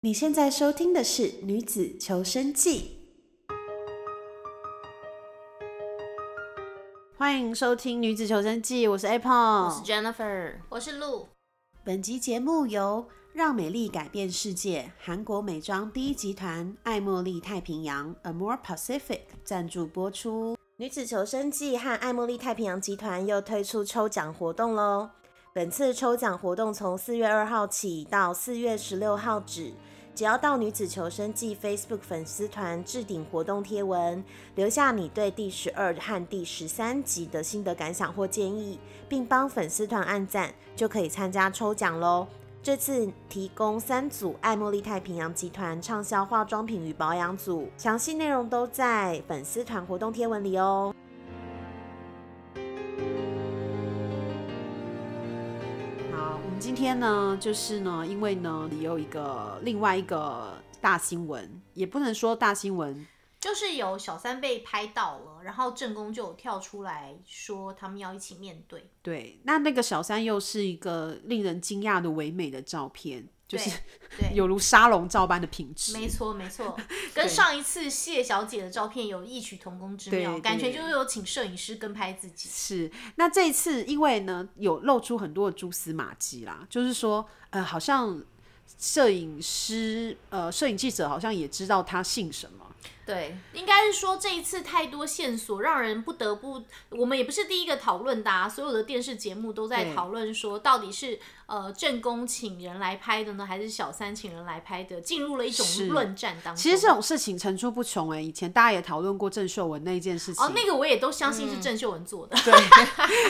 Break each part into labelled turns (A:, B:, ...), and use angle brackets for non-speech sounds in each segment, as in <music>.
A: 你现在收听的是《女子求生记》，欢迎收听《女子求生记》，我是 Apple，
B: 我是 Jennifer，
C: 我是鹿。
A: 本集节目由“让美丽改变世界”韩国美妆第一集团爱茉莉太平洋 （Amore Pacific） 赞助播出。
C: 女子求生记和爱茉莉太平洋集团又推出抽奖活动喽！本次抽奖活动从四月二号起到四月十六号止，只要到女子求生记 Facebook 粉丝团置顶活动贴文，留下你对第十二和第十三集的心得感想或建议，并帮粉丝团按赞，就可以参加抽奖喽！这次提供三组爱茉莉太平洋集团畅销化妆品与保养组，详细内容都在粉丝团活动贴文里哦。
A: 好，我们今天呢，就是呢，因为呢，有一个另外一个大新闻，也不能说大新闻，
B: 就是有小三被拍到了，然后正宫就有跳出来说他们要一起面对。
A: 对，那那个小三又是一个令人惊讶的唯美的照片，就是
B: 对对
A: <laughs> 有如沙龙照般的品质。
B: 没错，
A: <laughs>
B: 没错，跟上一次谢小姐的照片有异曲同工之妙，
A: 对
B: 感觉
A: 对
B: 就是有请摄影师跟拍自己。
A: 是，那这一次因为呢有露出很多的蛛丝马迹啦，就是说，呃，好像摄影师，呃，摄影记者好像也知道他姓什么，
B: 对，应该是说这一次太多线索，让人不得不，我们也不是第一个讨论的、啊，所有的电视节目都在
A: 对
B: 讨论说，到底是呃正宫请人来拍的呢，还是小三请人来拍的，进入了一种
A: 是
B: 论战当中。
A: 其实这种事情层出不穷哎、以前大家也讨论过郑秀文那一件事情，
B: 哦，那个我也都相信是
A: 嗯
B: 郑秀
A: <laughs>
B: 文做的。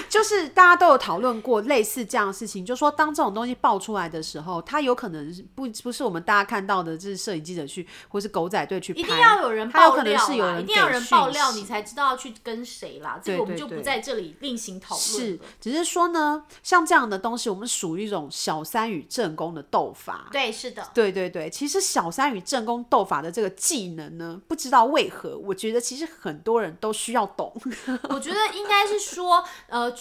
A: 就是大家都有讨论过类似这样的事情，就说当这种东西爆出来的时候，它有可能是不不是我们大家看到的，就是摄影记者去或是狗仔队去拍，
B: 一定要有人
A: 它有
B: 爆
A: 可能
B: 料
A: 是有
B: 啦，
A: 人
B: 一定要有
A: 给
B: 人
A: 讯
B: 爆料，
A: 息
B: 你才知道要去跟谁啦。这个我们
A: 对
B: 就不
A: 对
B: 在这里另行讨论
A: 是
B: 了。，
A: 只是说呢，像这样的东西，我们属于一种小三与正宫的斗法。
B: 对，是的，
A: 对对对，其实小三与正宫斗法的这个技能呢，不知道为何，我觉得其实很多人都需要懂。
B: 我觉得应该是说， <laughs> 呃。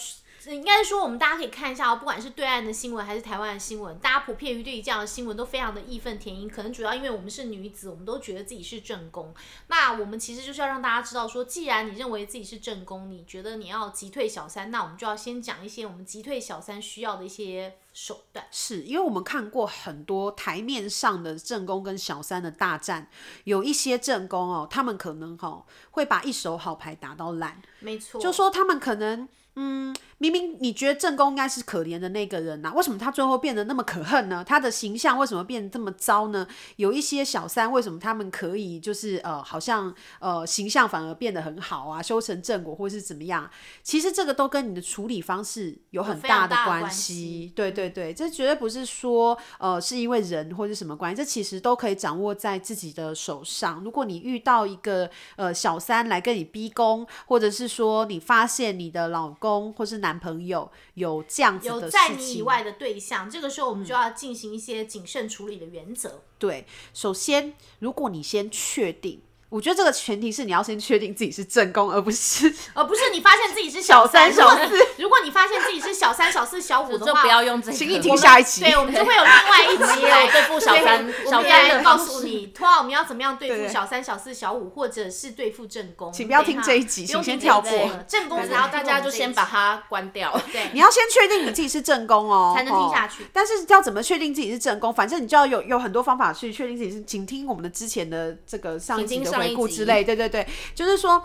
B: 应该是说，我们大家可以看一下哦，不管是对岸的新闻还是台湾的新闻，大家普遍于对于这样的新闻都非常的义愤填膺。可能主要因为我们是女子，我们都觉得自己是正宫。那我们其实就是要让大家知道说，既然你认为自己是正宫，你觉得你要击退小三，那我们就要先讲一些我们击退小三需要的一些手段。
A: 是因为我们看过很多台面上的正宫跟小三的大战，有一些正宫哦，他们可能哦会把一手好牌打到烂，
B: 没错，
A: 就说他们可能。嗯，明明你觉得正宫应该是可怜的那个人呐、为什么他最后变得那么可恨呢？他的形象为什么变得这么糟呢？有一些小三为什么他们可以就是呃，好像呃形象反而变得很好啊，修成正果或是怎么样？其实这个都跟你的处理方式有很
B: 非
A: 的
B: 常大的
A: 关
B: 关
A: 系
B: 系。
A: 对对对，这绝对不是说呃是因为人或者什么关系，这其实都可以掌握在自己的手上。如果你遇到一个呃小三来跟你逼宫，或者是说你发现你的老公或是男朋友有这样子
B: 有
A: 的
B: 在
A: 事
B: 你以
A: 情，嗯
B: 外的对象，这个时候我们就要进行一些谨慎处理的原则。
A: 对，首先如果你先确定。我觉得这个前提是你要先确定自己是正宫，而不是 <laughs>
B: 而不是你发现自己是
A: 小
B: 小
A: 三
B: 如果
A: 小
B: 如果你发现自己是小三、小四、小五
C: 我
B: 的
C: 就
B: 话，
C: 不要用这个，
A: 请你听下一集。
B: 对，我们就会有另外一集来
C: 对付小三
B: 对
C: 小
B: 我们
C: 三的
B: 来
C: 方
B: 告诉你，拖我们要怎么样对
A: 对
B: 付小三、小四、小五，或者是对付正宫。
A: 请不要听这一集
B: 对
A: 请先
B: 哈不用听
A: 跳
B: 这一
A: 过
B: 集正宫只要听
C: 然后大家
B: 我们
C: 就
B: 这一
C: 先
B: 集
C: 把它关掉。
A: 你
D: <laughs>
B: 对
A: 要先确定你自己是正宫哦，
B: 才能听
A: 吼
B: 下去
A: 但是要怎么确定自己是正宫？反正你就要有有很多方法去确定自己是，请听我们的之前的这个上一集
C: 请
A: 的
C: 听上一
A: 回顾
C: 集
A: 之类。对对对，就是说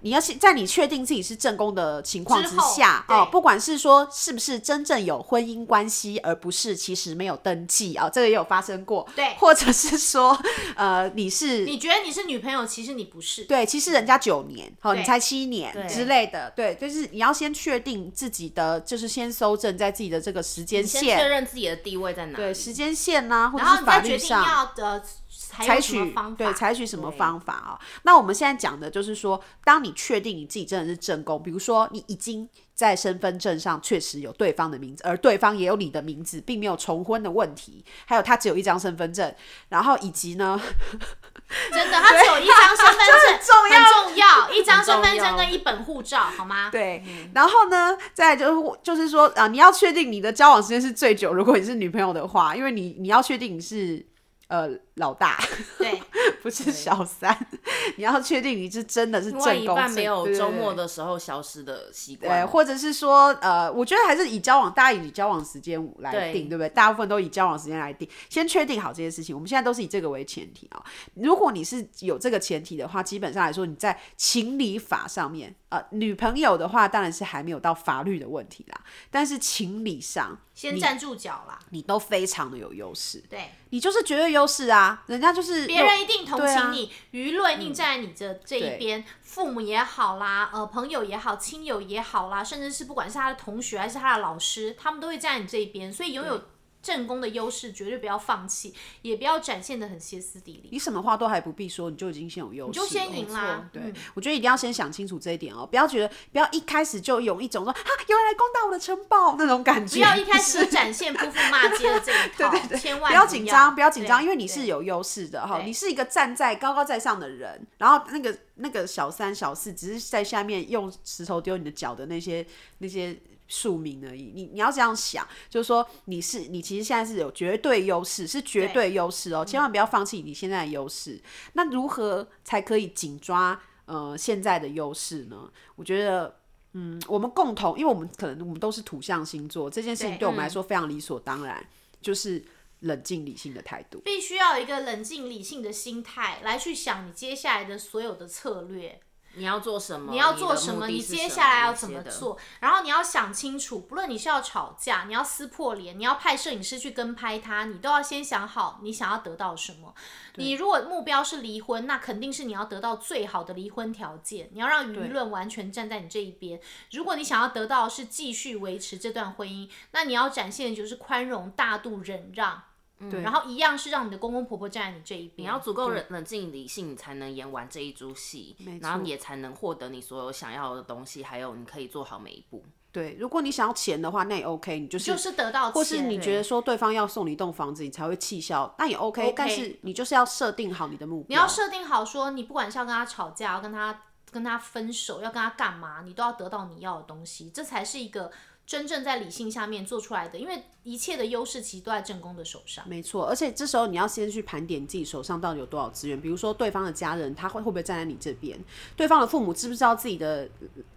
A: 你要先在你确定自己是正宫的情况
B: 之
A: 之
B: 后
A: 下
B: 对
A: 哦，不管是说是不是真正有婚姻关系，而不是其实没有登记啊、哦，这个也有发生过。
B: 对
A: 或者是说呃你是
B: 你觉得你是女朋友，其实你不是。
A: 对，其实人家九年，好，你
B: 对
A: 才七年
C: 对
A: 之类的，对，就是你要先确定自己的，就是先搜证在自己的这个时间
C: 你先确
A: 线，
C: 认自己的地位在哪里。
A: 对时间线呐、或者
B: 然后
A: 是
B: 你
A: 法
B: 再
A: 律
B: 决定
A: 上。
B: 要的采
A: 采
B: 用什么
A: 取
B: 方法？
A: 对采取什么
C: 对
A: 方法啊、那我们现在讲的就是说，当你确定你自己真的是正宫，比如说你已经在身份证上确实有对方的名字，而对方也有你的名字，并没有重婚的问题，还有他只有一张身份证，然后以及呢，
B: <laughs> 真的，他只有一张身份证，
A: 重要
B: 很重要，一张身份
C: 很重
B: 证
C: 要
B: 跟一本护照，好吗？
A: 对，
D: 嗯
A: 然后呢，再来就是就是说呃啊，你要确定你的交往时间是最久，如果你是女朋友的话，因为你你要确定你是呃老大， <laughs>
B: 对，
A: 不是小三， <laughs> 你要确定你是真的是
D: 另外
A: 正
D: 一
A: 宫
D: 半
A: 正
D: 没有
A: 对对
D: 周
A: 对
D: 末的时候消失的习
A: 对，
D: 惯，
A: 或者是说，呃，我觉得还是以交往，大家以交往时间来
D: 对
A: 定，对不对？大部分都以交往时间来定，先确定好这些事情。我们现在都是以这个为前提啊、如果你是有这个前提的话，基本上来说，你在情理法上面，呃，女朋友的话当然是还没有到法律的问题啦，但是情理上，
B: 先
A: 你
B: 站住脚啦。
A: 你都非常的有优势，
B: 对，
A: 你就是绝对优势啊！人家就是
B: 别
A: 有
B: 人一定同
A: 对啊
B: 情你，舆论一定站在你这这
A: 对
B: 一边，父母也好啦，呃，朋友也好，亲友也好啦，甚至是不管是他的同学还是他的老师，他们都会站在你这一边，所以拥有正宫的优势，绝对不要放弃，也不要展现的很歇斯底里，
A: 你什么话都还不必说，你就已经先有优势了，
B: 你就先赢啦。
A: 对，
B: 嗯
A: 我觉得一定要先想清楚这一点哦，不要觉得不要一开始就有一种说哈有人来攻打我的城堡那种感觉，
B: 不要一开始就展现泼妇骂街的这一
A: <laughs>
B: 套，
A: 对对
B: 千万
A: 不要紧张，不要紧张，
B: 对
A: 因为你是
B: 对
A: 有优势的哈，
B: 对
A: 你是一个站在高高在上的人，然后那个那个小三小四只是在下面用石头丢你的脚的那些那些庶民而已。你你要这样想，就是说你是你其实现在是有绝对优势，是绝对优势
B: 嗯
A: 哦，千万不要放弃你现在的优势。那如何才可以紧抓呃现在的优势呢？我觉得。嗯，我们共同，因为我们可能我们都是土象星座，这件事情
B: 对嗯
A: 对我们来说非常理所当然，就是冷静理性的态度。
B: 必须要有一个冷静理性的心态来去想你接下来的所有的策略。
D: 你要做什么？
B: 你
D: 你
B: 要
D: 的
B: 做什
D: 目
B: 么？
D: 的
B: 你
D: 是
B: 接
D: 什
B: 下来要
D: 这
B: 怎
D: 些
B: 么
D: 的？
B: 做？然后你要想清楚，不论你是要吵架，你要撕破脸，你要派摄影师去跟拍他，你都要先想好你想要得到什么。你如果目标是离婚，那肯定是你要得到最好的离婚条件，你要让舆论完全站在你这一边。如果你想要得到的是继续维持这段婚姻，那你要展现的就是宽容、大度、忍让，
A: 对
B: 嗯，然后一样是让你的公公婆婆站在你这一边。
D: 你要足够冷冷静理性，你才能演完这一出戏，然后
A: 错
D: 也才能获得你所有想要的东西，还有你可以做好每一步。
A: 对，如果你想要钱的话，那也 OK，你就是
B: 就是得到钱，
A: 或是你觉得说对方要送你一栋房子，你才会气消，那也 OK,
B: OK
A: 但是你就是要设定好你的目标。
B: 你要设定好说，你不管是要跟他吵架，要跟他跟他分手，要跟他干嘛，你都要得到你要的东西，这才是一个真正在理性下面做出来的。因为一切的优势其实都在正宫的手上。
A: 没错，而且这时候你要先去盘点自己手上到底有多少资源，比如说对方的家人，他会会不会站在你这边？对方的父母知不知道自己的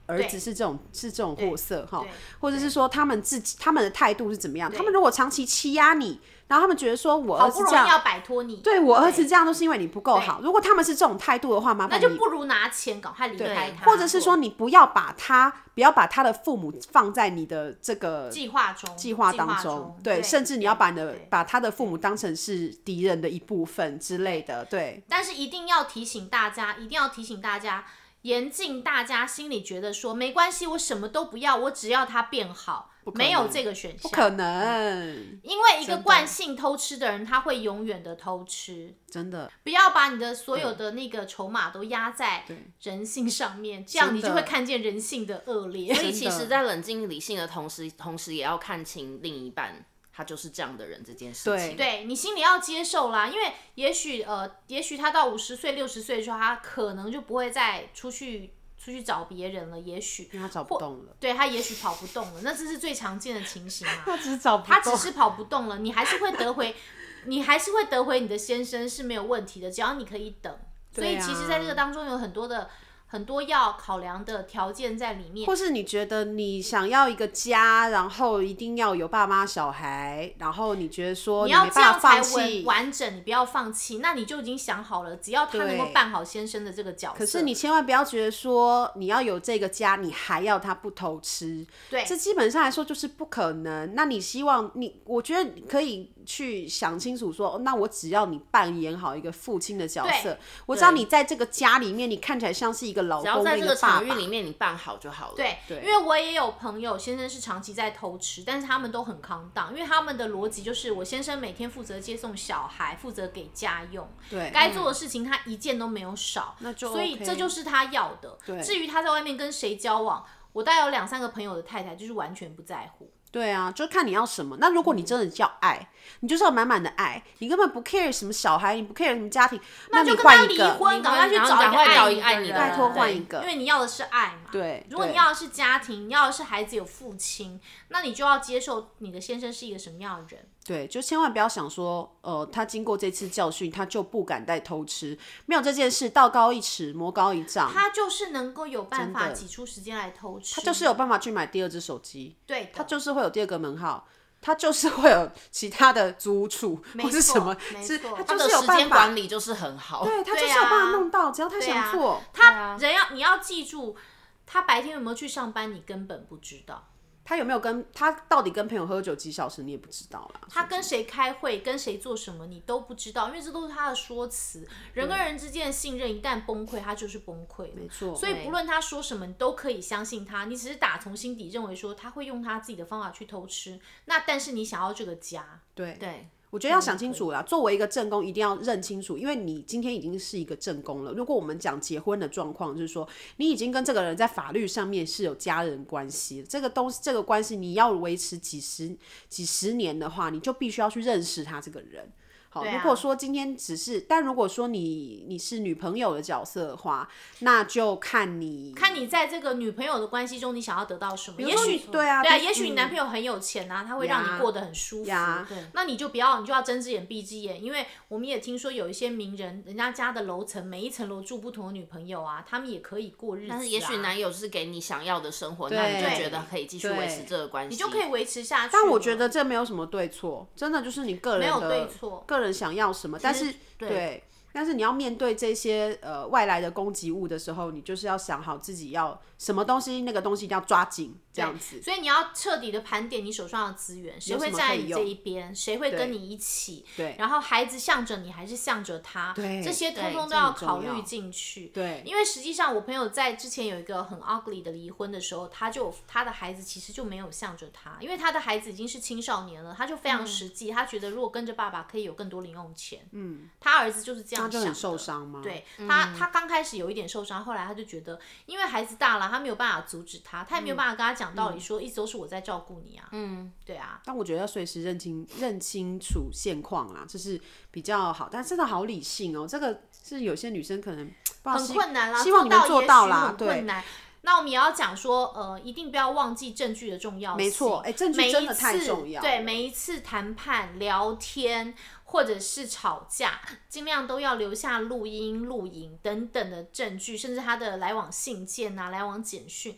A: 呃儿子
B: 对
A: 是这种是这种货色哈
B: 对？
A: 或者是说他们自己他们的态度是怎么样？他们如果长期欺压你，然后他们觉得说我
B: 好
A: 儿
B: 不
A: 子
B: 容
A: 这
B: 易要
A: 样，
B: 摆脱你，
A: 对我儿子这样都是因为你不够好。如果他们是这种态度的话，麻
B: 那
A: 烦
B: 就
A: 你
B: 不如拿钱赶快离开他，
A: 或者是说你不要把他不要把他的父母放在你的这个
B: 计划中，
A: 计划当中，对，甚至你要把你的
B: 对
A: 把他的父母当成是敌人的一部分之类的，对。
B: 但是一定要提醒大家，一定要提醒大家，严禁大家心里觉得说没关系，我什么都不要，我只要他变好，没有这个选项，
A: 不可能，
B: 因为一个惯性偷吃的人，他会永远的偷吃。
A: 真的，
B: 不要把你的所有的那个筹码都压在人性上面，这样你
A: 真
B: 就
A: 的
B: 会看见人性的恶
D: 所以
B: 劣。
D: 其实，在冷静理性的同时，同时也要看清另一半他就是这样的人这件事情。
B: 对你心里要接受啦，因为也许呃，也许他到五十岁、六十岁的时候，他可能就不会再出去出去找别人了，也许
A: 因为他找不动了，
B: 对他也许跑不动了，那这是最常见的情形
A: <laughs>
B: 啊。
A: 他只是找不
B: 他只是跑不动了，你还是会得回，你还是会得回你的先生是没有问题的，只要你可以等。所
A: 对
B: 以
A: 啊
B: 其实在这个当中有很多的很多要考量的条件在里面
A: 或。是你觉得你想要一个家，然后一定要有爸妈、小孩，然后你觉得说
B: 你
A: 没
B: 要
A: 办
B: 这
A: 法
B: 样才
A: 放
B: 完
A: 弃，
B: 完整，你不要放弃。那你就已经想好了，只要他能够
A: 对
B: 扮好先生的这个角色，
A: 可是你千万不要觉得说你要有这个家，你还要他不偷吃，
B: 对
A: 这基本上来说就是不可能。那你希望你，我觉得可以去想清楚说，哦那我只要你扮演好一个父亲的角色
B: 对，
A: 我只要你在这个家里面，你看起来像是一个老
D: 只要
A: 公
D: 在
A: 跟一
D: 这个
A: 爸
D: 场域
A: 爸。
D: 里面你办好就好了。
B: 对，
A: 对
B: 因为我也有朋友先生是长期在偷吃，但是他们都很扛当，因为他们的逻辑就是我先生每天负责接送小孩，负责给家用，
A: 对
B: 该做的事情他一件都没有少，
A: 那就
B: 所以
A: OK
B: 这就是他要的。至于他在外面跟谁交往，我大概有两三个朋友的太太就是完全不在乎。
A: 对啊，就看你要什么。那如果你真的叫爱，你就是要满满的爱，你根本不 care 什么小孩，你不 care 什么家庭，那
B: 就
A: 你
B: 跟
A: 换
B: 他
A: 一
B: 离
A: 个，
B: 婚，赶快去
D: 然后
B: 找一
D: 赶快找一
B: 个
D: 个爱你
B: 的
D: 的
B: 人，
A: 拜托换一
B: 对
A: 个
B: 因为你要的是爱嘛。
A: 对
B: 如果
A: 对
B: 你要的是家庭，你要的是孩子有父亲，那你就要接受你的先生是一个什么样的人。
A: 对，就千万不要想说，呃，他经过这次教训，他就不敢再偷吃，没有这件事，道高一尺，魔高一丈，
B: 他就是能够有办法
A: 真的
B: 挤出时间来偷吃，他
A: 就是有办法去买第二只手机，
B: 对的，
A: 他就是会有第二个门号，他就是 <laughs> 会有其他的租屋处或是
B: 错
A: 什么，
B: 没
A: 是
B: 错
A: 他
B: 他
A: 就
D: 的
A: 是有
D: 时
A: 办
D: 间
A: 法
D: 管，理就是很好。
A: 对他就是
B: 对
A: 有办法
B: 啊
A: 弄到，只要他
B: 对
A: 想
B: 啊
A: 做，
B: 他人要你要记住，他白天有没有去上班，你根本不知道。
A: 他有没有跟他到底跟朋友喝酒几小时，你也不知道啦。
B: 他跟谁开会，跟谁做什么，你都不知道，因为这都是他的说辞。人跟人之间的信任一旦崩溃，他就是崩溃没
A: 错哎
B: 所以
D: 对
B: 不论他说什么，你都可以相信他。你只是打从心底认为说他会用他自己的方法去偷吃，那但是你想要这个家，
A: 对，
D: 对，
A: 我
B: 嗯
A: 觉得要想清楚啦。作为一个正宫，一定要认清楚，因为你今天已经是一个正宫了。如果我们讲结婚的状况，就是说你已经跟这个人在法律上面是有家人关系，这个东西这个关系你要维持几十几十年的话，你就必须要去认识他这个人。好，
B: 对啊
A: 如果说今天只是，但如果说你你是女朋友的角色的话，那就看你
B: 看你在这个女朋友的关系中，你想要得到什么？
A: 比
B: 也
A: 如说
B: 许
A: 你对啊
B: 对啊，
A: 比
B: 也许你
A: 嗯
B: 男朋友很有钱啊，他会让
A: 呀
B: 你过得很舒服
A: 呀对。
B: 那你就不要，你就要睁只眼闭只眼，因为我们也听说有一些名人，人家家的楼层每一层楼住不同的女朋友啊，他们也可以过日子、啊。
D: 但 <laughs> 是也许男友是给你想要的生活，那你就
B: 对
D: 觉得可以继续维持这个关
B: 你
D: 系，
B: 就可以维持下去。啊
A: 但我觉得，这没有什么对错，真的就是你个人的
B: 没有对错
A: 个人想要什么，但是
D: 对
A: 但是你要面对这些呃外来的攻击物的时候，你就是要想好自己要什么东西，那个东西一定要抓紧，这样子。
B: 所以你要彻底的盘点你手上的资源，谁
A: 有什
B: 会
A: 么
B: 站在
A: 可以
B: 你
A: 用
B: 这一边，谁会
A: 对
B: 跟你一起，
A: 对
B: 然后孩子向着你还是向着他，
A: 对
B: 这些通
D: 对
B: 通
A: 这
B: 都要
A: 很重
B: 考
A: 要
B: 虑进去。
A: 对
B: 因为实际上我朋友在之前有一个很 ugly 的离婚的时候，他就他的孩子其实就没有向着他，因为他的孩子已经是青少年了，他就非常实际，他觉得如果跟着爸爸可以有更多零用钱，嗯，他儿子就是这样
A: 就
B: 想
A: 很
B: 的，
A: 受伤吗？嗯
B: 对他，他刚开始有一点受伤，后来他就觉得，因为孩子大了，他没有办法阻止他，他也
A: 嗯
B: 没有办法跟他讲道理，说一直都是我在照顾你啊。嗯，对啊，
A: 但我觉得要随时认清认清楚现况啦，这是比较好。但真的好理性哦，这个是有些女生可能很
B: 很困难啦，
A: 希望你们做
B: 也
A: 到
B: 许
A: 啦
B: 很
A: 对
B: 困难。那我们也要讲说，呃，一定不要忘记证据的重要性。
A: 没错哎证据
B: 每一
A: 真的太
B: 次
A: 重要
B: 对，
A: 了
B: 每一次谈判、聊天或者是吵架，尽量都要留下录音、录影等等的证据，甚至他的来往信件啊、来往简讯。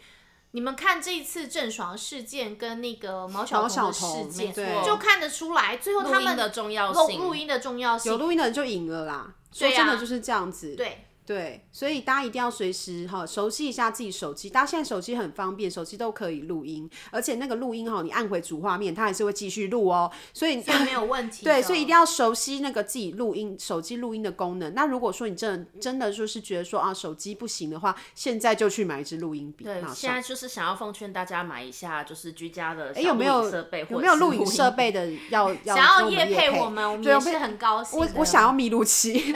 B: 你们看这一次郑爽事件跟那个毛晓
A: 毛
B: 彤
A: 晓
B: 的
A: 彤
B: 事件，
A: 对
B: 就看得出来，最后
D: 录
B: 他
D: 音
B: 们
D: 的重要
B: 录
D: 性，
B: 录音的重要
A: 有
B: 性。
A: 录音的人就赢了啦。说
B: 对啊
A: 真的就是这样子。
B: 对，
A: 对，所以大家一定要随时哈熟悉一下自己手机。大家现在手机很方便，手机都可以录音，而且那个录音哈，你按回主画面，它还是会继续录哦。所以
B: 所以没有问题的。哦
A: 对，所以一定要熟悉那个自己录音手机录音的功能。那如果说你真的真的就是觉得说啊手机不行的话，现在就去买一支录音笔，
D: 对，
A: 马
D: 现在
A: 上。
D: 就是想要奉劝大家买一下，就是居家的小
A: 哎，有没
D: 录
A: 有
D: 影设备，
A: 有没有
D: 录
A: 录影设备的
B: <laughs>
A: 要要
B: 想要
A: 跟
B: 夜
A: 们业
B: 配我们，我们
A: 对
B: 也
A: 被
B: 是很高兴
A: 我
B: 的。
A: 我想要密录器， <laughs>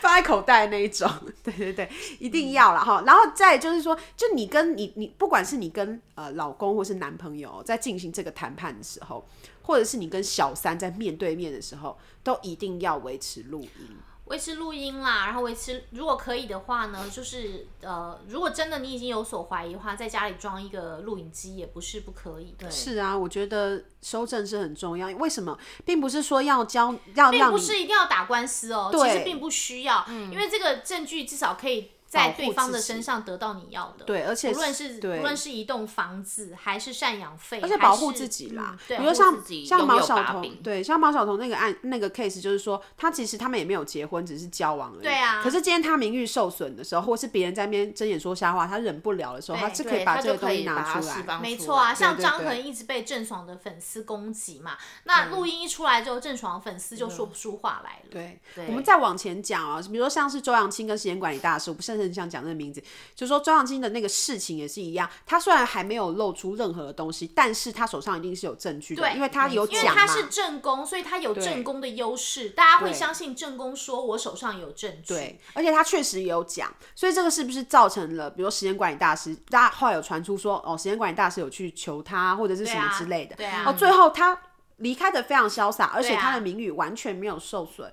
A: 放在口袋那一种。 <laughs> 对对对，一定要啦哈。然后再就是说，就你跟你你，不管是你跟呃老公或是男朋友在进行这个谈判的时候，或者是你跟小三在面对面的时候，都一定要维持录音。
B: 维持录音啦，然后维持，如果可以的话呢，就是呃，如果真的你已经有所怀疑的话，在家里装一个录影机也不是不可以的。欸
A: 是啊，我觉得收证是很重要。为什么？并不是说要教要
B: 并
A: 让
B: 不
A: 你
B: 是一定要打官司哦，其
A: 对嗯
B: 实并不需要，因为这个证据至少可以在
A: 保护
B: 对方的
A: 自己
B: 身上得到你要的。
A: 对，而且
B: 无论是
A: 对
B: 无论是一栋房子，还是赡养费，
A: 而且
B: 还
A: 保护
B: 是
A: 自己啦
B: 嗯。对
A: 比如
D: 护
A: 像
D: 自己
A: 像
D: 拥
A: 毛
D: 有
A: 晓
D: 把
A: 彤
D: 柄，
A: 对，像毛晓彤那个案那个 case，就是说他其实他们也没有结婚，只是交往而已。
B: 对啊
A: 可是今天他名誉受损的时候，或是别人在那边睁眼说瞎话，他忍不了的时候，
B: 对
A: 他是可以
D: 对，
A: 把
D: 他
A: 这
D: 就
A: 个东
D: 可
A: 西
D: 以把
A: 拿
D: 它
A: 出
D: 释
A: 来。
D: 放
B: 没
D: 出
B: 错啊，
D: 来
B: 像
A: 对
B: 张
A: 对
B: 恒一直被郑爽的粉丝攻击嘛，那录音一出来之后，郑爽粉丝就说不出话来了。
A: 啊对，我们再往前讲啊，比如说像是周扬青跟时间管理大师，我不是很想讲这个名字，就说周扬青的那个事情也是一样，他虽然还没有露出任何的东西，但是他手上一定是有证据的，
B: 对
A: 因为他有
B: 因为
A: 讲嘛
B: 他，是正宫，所以他有正宫的优势，大家会相信正宫说我手上有证据。
A: 对，而且他确实也有讲，所以这个是不是造成了，比如说时间管理大师，大家后来有传出说，哦，时间管理大师有去求他或者是什么
B: 啊
A: 之类的，
B: 对啊
A: 哦，最后他离开的非常潇洒，而且
B: 对啊
A: 他的名誉完全没有受损。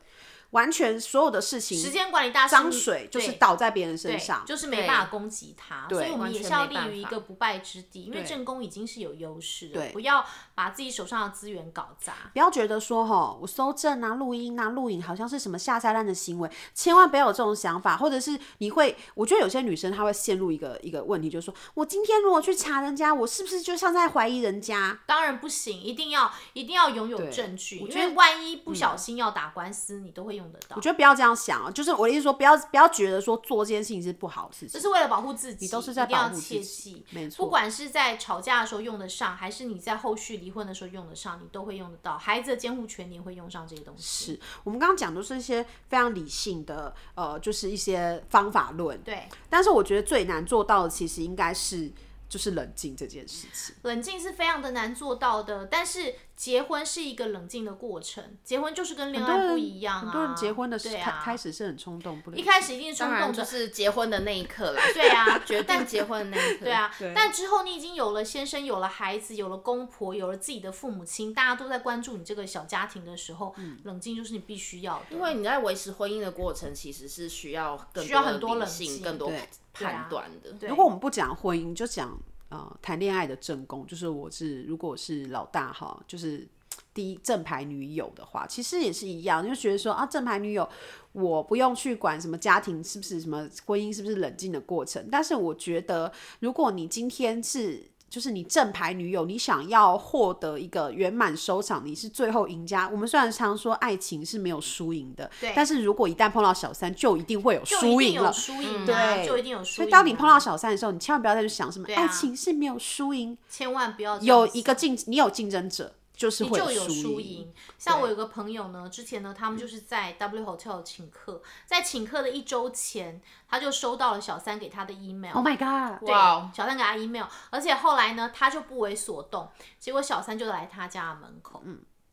A: 完全所有的事情
B: 时间管理大师
A: 脏水就是
B: 对
A: 倒在别人
B: 对
A: 身上，
B: 就是没
D: 对
B: 办法攻击他，所以我们
D: 完
B: 也
D: 全
B: 是要
D: 没
B: 立
D: 办
B: 于一
D: 法
B: 个不败之地，因为
A: 对
B: 正宫已经是有优势的
A: 对，
B: 不要把自己手上的资源搞砸。
A: 不要觉得说哈，我搜证啊、录音啊、录影好像是什么下菜烂的行为，千万不要有这种想法，或者是你会，我觉得有些女生她会陷入一个一个问题，就是说我今天如果去查人家，我是不是就像在怀疑人家？
B: 当然不行，一定要一定要拥有
A: 对
B: 证据，
A: 我
B: 因
A: 觉得嗯
B: 为万一不小心要打官司，你都会用得到
A: 我。觉得不要这样想啊，就是我的意思说，不要不要觉得说做这件事情是不好的事
B: 这
A: 情，
B: 是为了保护自己，
A: 都是在
B: 一定要
A: 保护自
B: 切
A: 己
B: 记。
A: 没错
B: 不管是在吵架的时候用得上，还是你在后续离婚的时候用得上，你都会用得到。孩子的监护权你也会用上这些东西。
A: 是我们刚刚讲都是一些非常理性的，呃，就是一些方法论，
B: 对，
A: 但是我觉得最难做到的其实应该是就是冷静这件事情。
B: 冷静是非常的难做到的，但是结婚是一个冷静的过程，结婚就是跟恋
A: 很多
B: 爱
A: 人
B: 不一样啊。
A: 很多人结婚的时
B: 对
A: 开、
B: 啊，
A: 开始是很冲动，不冷
B: 一
A: 静
B: 开始一定是冲
D: 当
B: 动
D: 然
B: 的
D: 就，是结婚的那一刻啦，
B: 对啊
D: 决定结婚的那一 <laughs> 刻，
B: 对啊，
A: 对
B: 但之后你已经有了先生，有了孩子，有了公婆，有了自己的父母亲，大家都在关注你这个小家庭的时候，
A: 嗯
B: 冷静就是你必须要的。
D: 因为你在维持婚姻的过程，其实是需要更
B: 需要
D: 的
B: 很多
D: 理
B: 冷
D: 性
B: 静
D: 更多
A: 对
D: 判断的。
B: 对
A: 如果我们不讲婚姻，就讲呃谈恋爱的正宫，就是我是如果我是老大哈，就是第一正牌女友的话，其实也是一样，就觉得说啊正牌女友，我不用去管什么家庭是不是什么婚姻是不是冷静的过程，但是我觉得如果你今天是。就是你正牌女友，你想要获得一个圆满收场，你是最后赢家。我们虽然常说爱情是没有输赢的，
B: 对
A: 但是如果一旦碰到小三，就一定会有
B: 哦就一
A: 输
B: 定
A: 赢
B: 有
A: 了。嗯
B: 输赢啊，
A: 对
B: 就一定有输
A: 所
B: 赢、
A: 以当你碰到，小三的时候，你千万不要再去想什么、
B: 嗯对啊
A: 爱情是没有输赢，
B: 千万不要这样
A: 有
B: 想
A: 一个竞，你有竞争者就是
B: 你
A: 会
B: 就有
A: 输
B: 输
A: 赢
B: 赢。。像我有个朋友呢，之前呢，他们就是在 W Hotel 请客，在请客的一周前，他就收到了小三给他的 email。
A: Oh my god！
B: 对
D: 哇哦，
B: 小三给他 email，而且后来呢，他就不为所动，结果小三就来他家门口，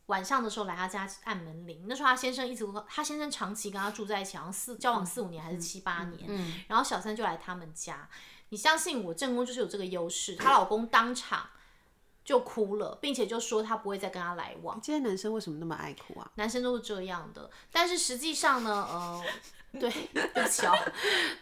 B: 晚上的时候来他家按门铃，那时候他先生一直跟他先生长期跟他住在一起，好像四交往四五年还是七八年，然后小三就来他们家，你相信我，正宫就是有这个优势，她老公当场就哭了，并且就说他不会再跟他来往，
A: 这些男生为什么那么爱哭啊？
B: 男生都是这样的，但是实际上呢，呃，
A: <laughs>
B: 对，对不起哦，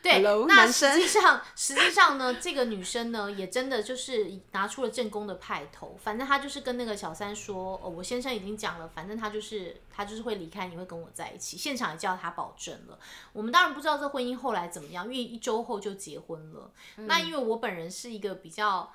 B: 对
A: Hello，
B: 那
A: 男生
B: 实际上，实际上呢，这个女生呢，也真的就是拿出了正宫的派头，反正她就是跟那个小三说，哦，我先生已经讲了，反正他就是他就是会离开，你会跟我在一起，现场也叫他保证了。我们当然不知道这婚姻后来怎么样，因为一周后就结婚了。
A: 嗯
B: 那因为我本人是一个比较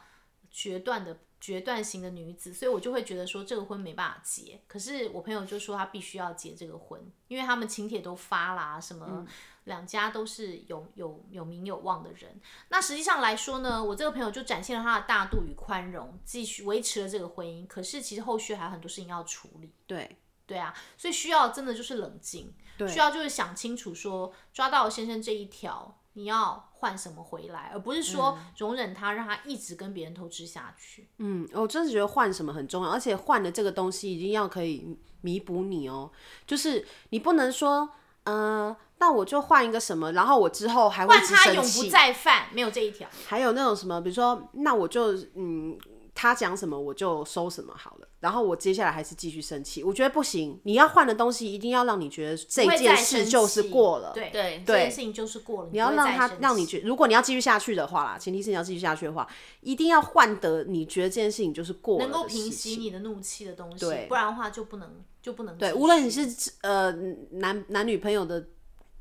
B: 决断的决断型的女子，所以我就会觉得说这个婚没办法结。可是我朋友就说他必须要结这个婚，因为他们请帖都发啦，什么两家都是有有有名有望的人。那实际上来说呢，我这个朋友就展现了他的大度与宽容，继续维持了这个婚姻。可是其实后续还有很多事情要处理。
A: 对，
B: 对啊，所以需要真的就是冷静，需要就是想清楚说抓到先生这一条，你要换什么回来，而不是说容忍他，让他一直跟别人偷吃下去。
A: 嗯，我真的觉得换什么很重要，而且换的这个东西一定要可以弥补你哦，就是你不能说，呃，那我就换一个什么，然后我之后还会
B: 换
A: 一直
B: 他
A: 生
B: 永不
A: 气。
B: 再犯，没有这一条。
A: 还有那种什么，比如说，那我就嗯，他讲什么我就收什么好了，然后我接下来还是继续生气，我觉得不行，你要换的东西一定要让你觉得这
B: 不会
A: 件
B: 再
A: 事
B: 生气
A: 就是过了，
B: 对
D: 对
B: 这件事情就是过了，你
A: 你要
B: 不会
A: 让
B: 再
A: 他
B: 生
A: 让你
B: 气
A: 觉，如果你要继续下去的话啦，前提是你要继续下去的话，一定要换得你觉得这件事情就是过了
B: 能够
A: 的
B: 平
A: 事
B: 息
A: 情
B: 你的怒气的东西
A: 对，
B: 不然的话就不能就不能继续。
A: 对，无论你是呃男男女朋友的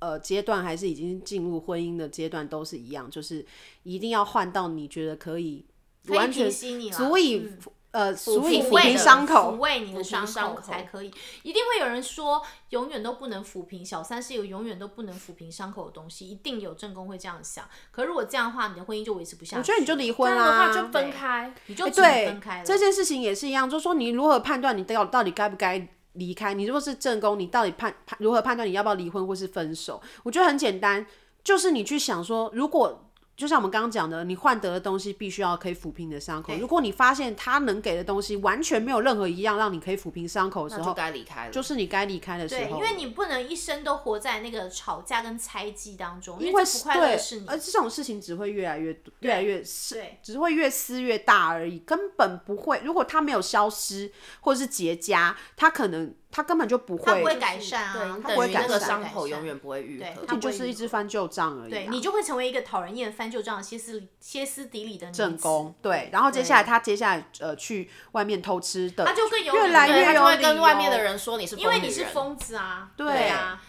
A: 呃阶段，还是已经进入婚姻的阶段，都是一样，就是一定要换到你觉得可以
B: 可以
A: 完全
B: 平息你啦
A: 足以、
B: 嗯
A: 呃足以
D: 抚
A: 抚
D: 慰
A: 平
D: 的
A: 伤
B: 抚
A: 口。
B: 慰你的
D: 抚
B: 伤
D: 平伤
B: 口
D: 口
B: 才可以。一定会有人说，永远都不能抚平小三是一个永远都不能抚平伤口的东西，一定有正宫会这样想。可如果这样的话，你的婚姻就维持不下去了。
A: 我觉得你就离
D: 不
A: 婚
D: 然的
A: 啦
D: 话，就分开，
B: 你就只能
A: 对
B: 分开了。
A: 这件事情也是一样，就是说你如何判断你到到底该不该离开？你如果是正宫，你到底判判如何判断你要不要离婚或是分手？我觉得很简单，就是你去想说，如果就像我们刚刚讲的，你换得的东西必须要可以抚平你的伤口。如果你发现他能给的东西完全没有任何一样让你可以抚平伤口的时
D: 那就
A: 候，
D: 该离开了。
A: 就是你该离开的时候
B: 对，
A: 了。
B: 因为你不能一生都活在那个吵架跟猜忌当中，因
A: 因
B: 为
A: 为
B: 这
A: 是
B: 不快乐
A: 对
B: 的是，你
A: 而这种事情只会越来越多越来越是
B: 对，
A: 只会越撕越大而已，根本不会。如果它没有消失或者是结痂，它可能他根本就不
B: 他不会
A: 会，
B: 改善啊
C: 对，
A: 不
D: 等
A: 会
D: 于
A: 改
D: 那个
A: 善
D: 伤口永远不会愈
B: 对
D: 合。
B: 它
A: 你就是一直翻旧账而已、啊。
B: 对你就会成为一个讨人厌、翻旧账、歇斯歇斯底里的
A: 正
B: 正
A: 宫，对，然后接下来他接下来呃去外面偷吃的，
B: 他就更有
A: 越
B: 理
A: 来
B: 对
A: 越
D: 他就
A: 有
D: 会
A: 理哦
D: 跟外
A: 由
D: 面的人说你是疯
B: 因为你
D: 女
B: 是
D: 人，
B: 疯子啊，
A: 对
B: 对啊，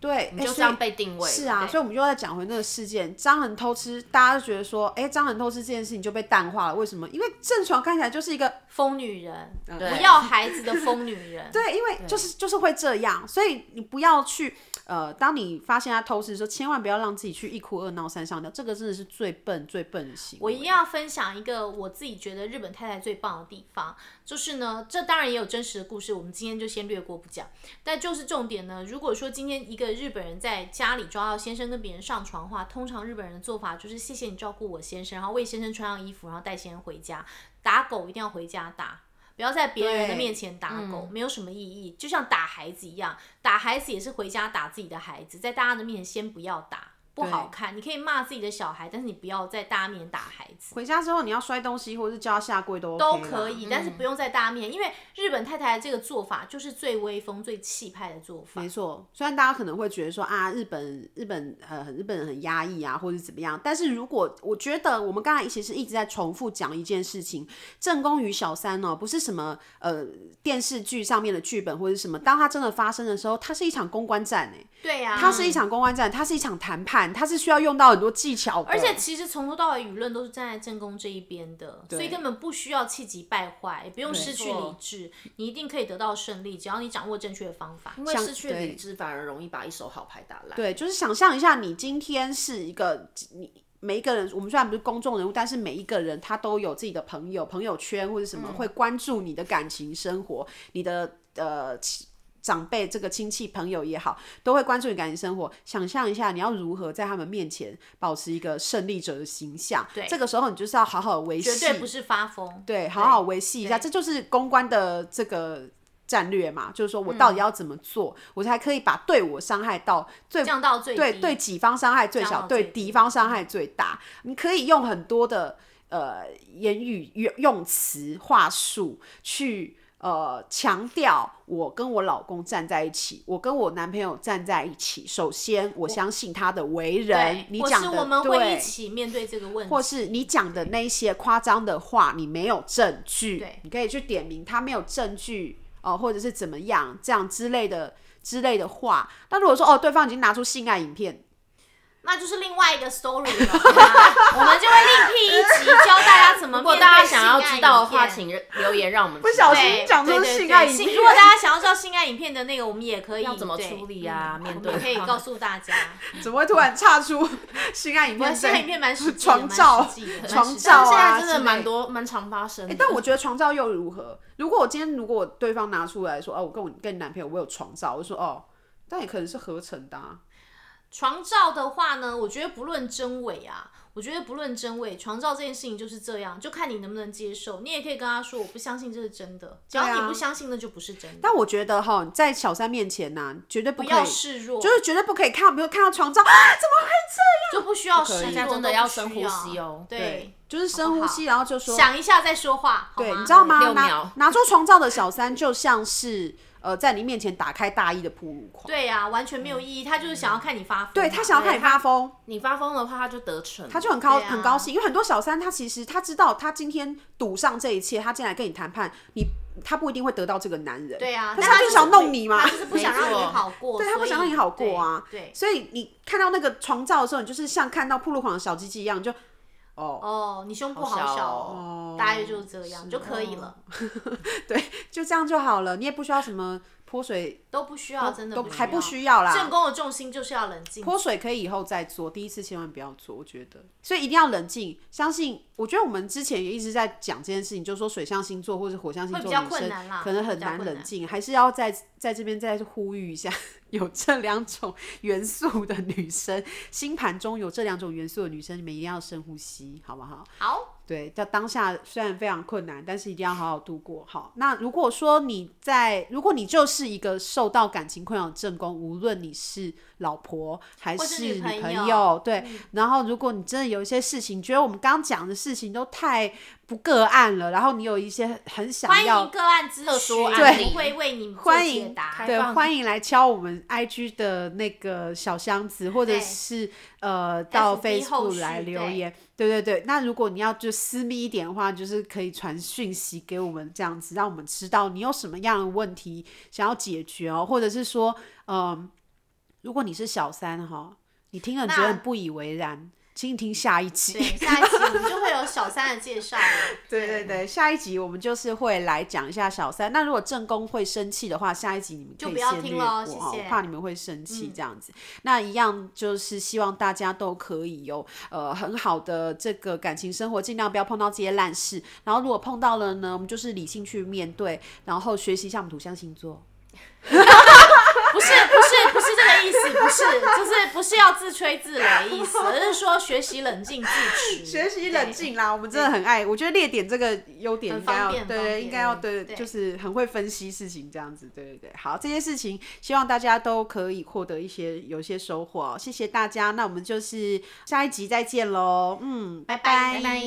A: 对，
D: 你就
A: 诶
D: 这样
A: 哎所以
D: 被定位。
A: 是啊，所以我们就在讲回那个事件，张恒偷吃，大家就觉得说，哎、张恒偷吃这件事情就被淡化了，为什么？因为郑爽看起来就是一个
B: 疯女人，
D: 对
B: 不要孩子的疯女
A: <laughs>
B: 人，
A: 对，因为就是就是会这样，所以你不要去呃，当你发现他偷吃的时候，千万不要让自己去一哭二闹三上吊，这个真的是最笨最笨的行为。
B: 我一定要分享一个我自己觉得日本太太最棒的地方，就是呢，这当然也有真实的故事，我们今天就先略过不讲。但就是重点呢，如果说今天一个日本人在家里抓到先生跟别人上床的话，通常日本人的做法就是谢谢你照顾我先生，然后为先生穿上衣服，然后带先生回家。打狗一定要回家打。不要在别人的
A: 对嗯
B: 面前打狗，没有什么意义，就像打孩子一样，打孩子也是回家打自己的孩子，在大家的面前先不要打，不好看。你可以骂自己的小孩，但是你不要在大家面前打孩子。
A: 回家之后你要摔东西或者是叫他下跪都、OK、
B: 都
A: 都
B: 可以，
A: 嗯
B: 但是不用在大家面，因为日本太太的这个做法就是最威风、最气派的做法
A: 没。错，虽然大家可能会觉得说啊，日本日本呃日本人很压抑啊，或者怎么样，但是如果我觉得我们刚才其实一直在重复讲一件事情，正宫与小三哦，不是什么呃电视剧上面的剧本或者是什么，当它真的发生的时候，它是一场公关战哎、
B: 对呀、
A: 它是一场公关战，它是一场谈判，它是需要用到很多技巧的，
B: 而且其实从头到尾舆论都是站在正宫这一边的，所以根本不需要气急败坏，也不用失去
D: 没错
B: 理智，你一定可以得到胜利，只要你掌握正确的方法。
D: 因为
A: 像
D: 失去理智，反而容易把一手好牌打烂。
A: 对，就是想象一下，你今天是一个你每一个人，我们虽然不是公众人物，但是每一个人他都有自己的朋友、朋友圈或者
B: 嗯
A: 什么、会关注你的感情生活，你的呃亲长辈、这个亲戚朋友也好，都会关注你感情生活。想象一下，你要如何在他们面前保持一个胜利者的形象？对这个时候你就是要好好维系，
B: 绝对不是发疯。
A: 对，好好维系一下，这就是公关的这个战略嘛，就是说我
B: 嗯
A: 到底要怎么做，我才可以把对我伤害到最
B: 降到最低。
A: 对对己方伤害最
B: 伤
A: 小，
B: 到
A: 对
B: 最低嗯
A: 敌方伤害最大。你可以用很多的呃言语用用词话术去呃强调我跟我老公站在一起，我跟我男朋友站在一起。首先，我相信他的为人
B: 对，，
A: 你
B: 或
A: 讲
B: 是
A: 的
B: 我们会
A: 对
B: 一。起面对这个问题。
A: 或是你讲的那些夸张的话，你没有证据
B: 对，
A: 你可以去点名他没有证据哦、或者是怎么样这样之类的之类的话。那如果说哦，对方已经拿出性爱影片，
B: 那就是另外一个 story 了，
A: <laughs>
B: 好吗我们就会另辟一集教大家怎么面
D: 如果
B: 对
D: 大家想要
B: 性爱
D: 知道的
B: 影
D: 话，
B: 片
D: 请留言让我们不啊
A: 小心
B: 对
A: 讲出
B: 对对
A: 性
B: 对
A: 爱影
B: 性
A: 片
B: 如果大家想要知道性爱影片的那个，我们也可以
D: 要怎么
B: 对嗯
D: 处理啊？面
B: 我
D: 对
B: 们可以
D: 方
B: 告诉大家，
A: 怎么会突然岔出性爱影
B: 我
A: 片？
B: 性爱影片蛮实际的，
A: 床
B: 蛮实
A: 照
B: 际的蛮
A: 床
B: 实际的
A: 照
D: 现
A: 啊之
D: 在真
A: 类
D: 的蛮多蛮常发生的。
A: 但我觉得床照又如何？如果我今天如果对方拿出来说，哦，我跟我跟你男朋友我有床照，我就说哦，但也可能是合成的、啊，
B: 床照的话呢，我觉得不论真伪啊，我觉得不论真伪，床照这件事情就是这样，就看你能不能接受。你也可以跟他说，我不相信这是真的，只要
A: 对
B: 你
A: 啊
B: 不相信，那就不是真的。
A: 但我觉得哈，在小三面前呐、绝对不
B: 不
A: 可
B: 要
A: 以，
B: 示弱，
A: 就是绝对不可以看，比如看到床照，啊、怎么会
B: 就不需要示弱，
D: 大家
B: 都
D: 真的
B: 不
D: 要
B: 需
D: 深呼吸哦
B: 对，
A: 就是深呼吸，然后就说
B: 想一下再说话，好
A: 对，
B: 吗
A: 你知道吗？
D: 六
A: 拿
D: 秒
A: 拿出床照的小三就像是呃，在你面前打开大衣的铺路狂，
B: 对呀、完全没有意义，他就是想要看你发疯嘛，啊
A: 对他想要看你发疯。
D: 你发疯的话，他就得逞，
A: 他就很高、
B: 对啊
A: 很高兴，因为很多小三他其实他知道他今天赌上这一切，他进来跟你谈判，你他不一定会得到这个男人，
B: 对呀、
A: 但
B: 但
A: 是他
B: 就
A: 就想弄你嘛
B: 他，就是不想让你好过，
A: 对他不想
B: 所以
A: 让你好过啊，
B: 对。对
A: 所以你看到那个床照的时候，你就是像看到铺路狂的小鸡鸡一样，就哦，
B: 哦，你胸部
D: 好
B: 好
D: 小
B: 小
D: 哦
B: 大概就是这样就可以了，
A: 哦就这样就好了，你也不需要什么泼水，
B: 都不需要，真的
A: 都还不
B: 不
A: 需要啦。
B: 正宫的重心就是要冷静，
A: 泼水可以以后再做，第一次千万不要做，我觉得。所以一定要冷静，相信。我觉得我们之前也一直在讲这件事情，就是说水象星座或者火象星
B: 会
A: 座
B: 比较
A: 女
B: 困
A: 生
B: 难啦
A: 可能很
B: 会比较
A: 难
B: 困难
A: 冷静，还是要在在这边再呼吁一下，有这两种元素的女生，星盘中有这两种元素的女生，你们一定要深呼吸，好不好？
B: 好，
A: 对，在当下虽然非常困难，但是一定要好好度过。好，那如果说你在，如果你就是一个受受到感情困扰的正宫，无论你是老婆还
B: 或是
A: 是
B: 女
A: 女
B: 朋
A: 朋
B: 友嗯
A: 友，对。然后，如果你真的有一些事情，觉得我们刚刚讲的事情都太不个案了，然后你有一些很想
B: 欢
A: 要
B: 迎个案咨
D: 特殊
B: 询，
D: 案
B: 我
D: 例
B: 们会为你做
A: 欢
B: 解
A: 迎
B: 答。
A: 对，
D: 放
A: 欢迎来敲我们 IG 的那个小箱子，或者
B: 对
A: 是呃到
B: FB 后
A: Facebook
B: 续
A: 来留
B: 对
A: 言。对对对，那如果你要就私密一点的话，就是可以传讯息给我们，这样子让我们知道你有什么样的问题想要解决哦，或者是说，嗯、如果你是小三哈、你听了你觉得
B: 那
A: 很不以为然，请你听下一集。
B: 对，下一期我们就会有小三的介绍了。
A: 对对对，
B: 嗯
A: 下一集我们就是会来讲一下小三。那如果正宫会生气的话，下一集你们可
B: 就
A: 以
B: 不要
A: 先
B: 听
A: 略过哈，
B: 咯谢谢嗯
A: 我怕你们会生气这样子。那一样就是希望大家都可以有呃很好的这个感情生活，尽量不要碰到这些烂事。然后如果碰到了呢，我们就是理性去面对，然后学习一下我们土象星座。
B: <laughs> 不是不是不是这个意思，不是，就是不是要自吹自擂的意思，而是说学习冷静自
A: <laughs>
B: 持，
A: 学习冷静啦，我们真的很爱。我觉得列点这个优点
B: 很
A: 应该
B: 方
A: 要
B: 便
A: 对
B: 方
A: 对，
B: 便
A: 应该要对，
B: 对
A: 就是很会分析事情这样子。对对对，好，这些事情希望大家都可以获得一些有一些收获哦。谢谢大家，那我们就是下一集再见喽。嗯，
B: 对。拜
A: 拜
B: 拜拜。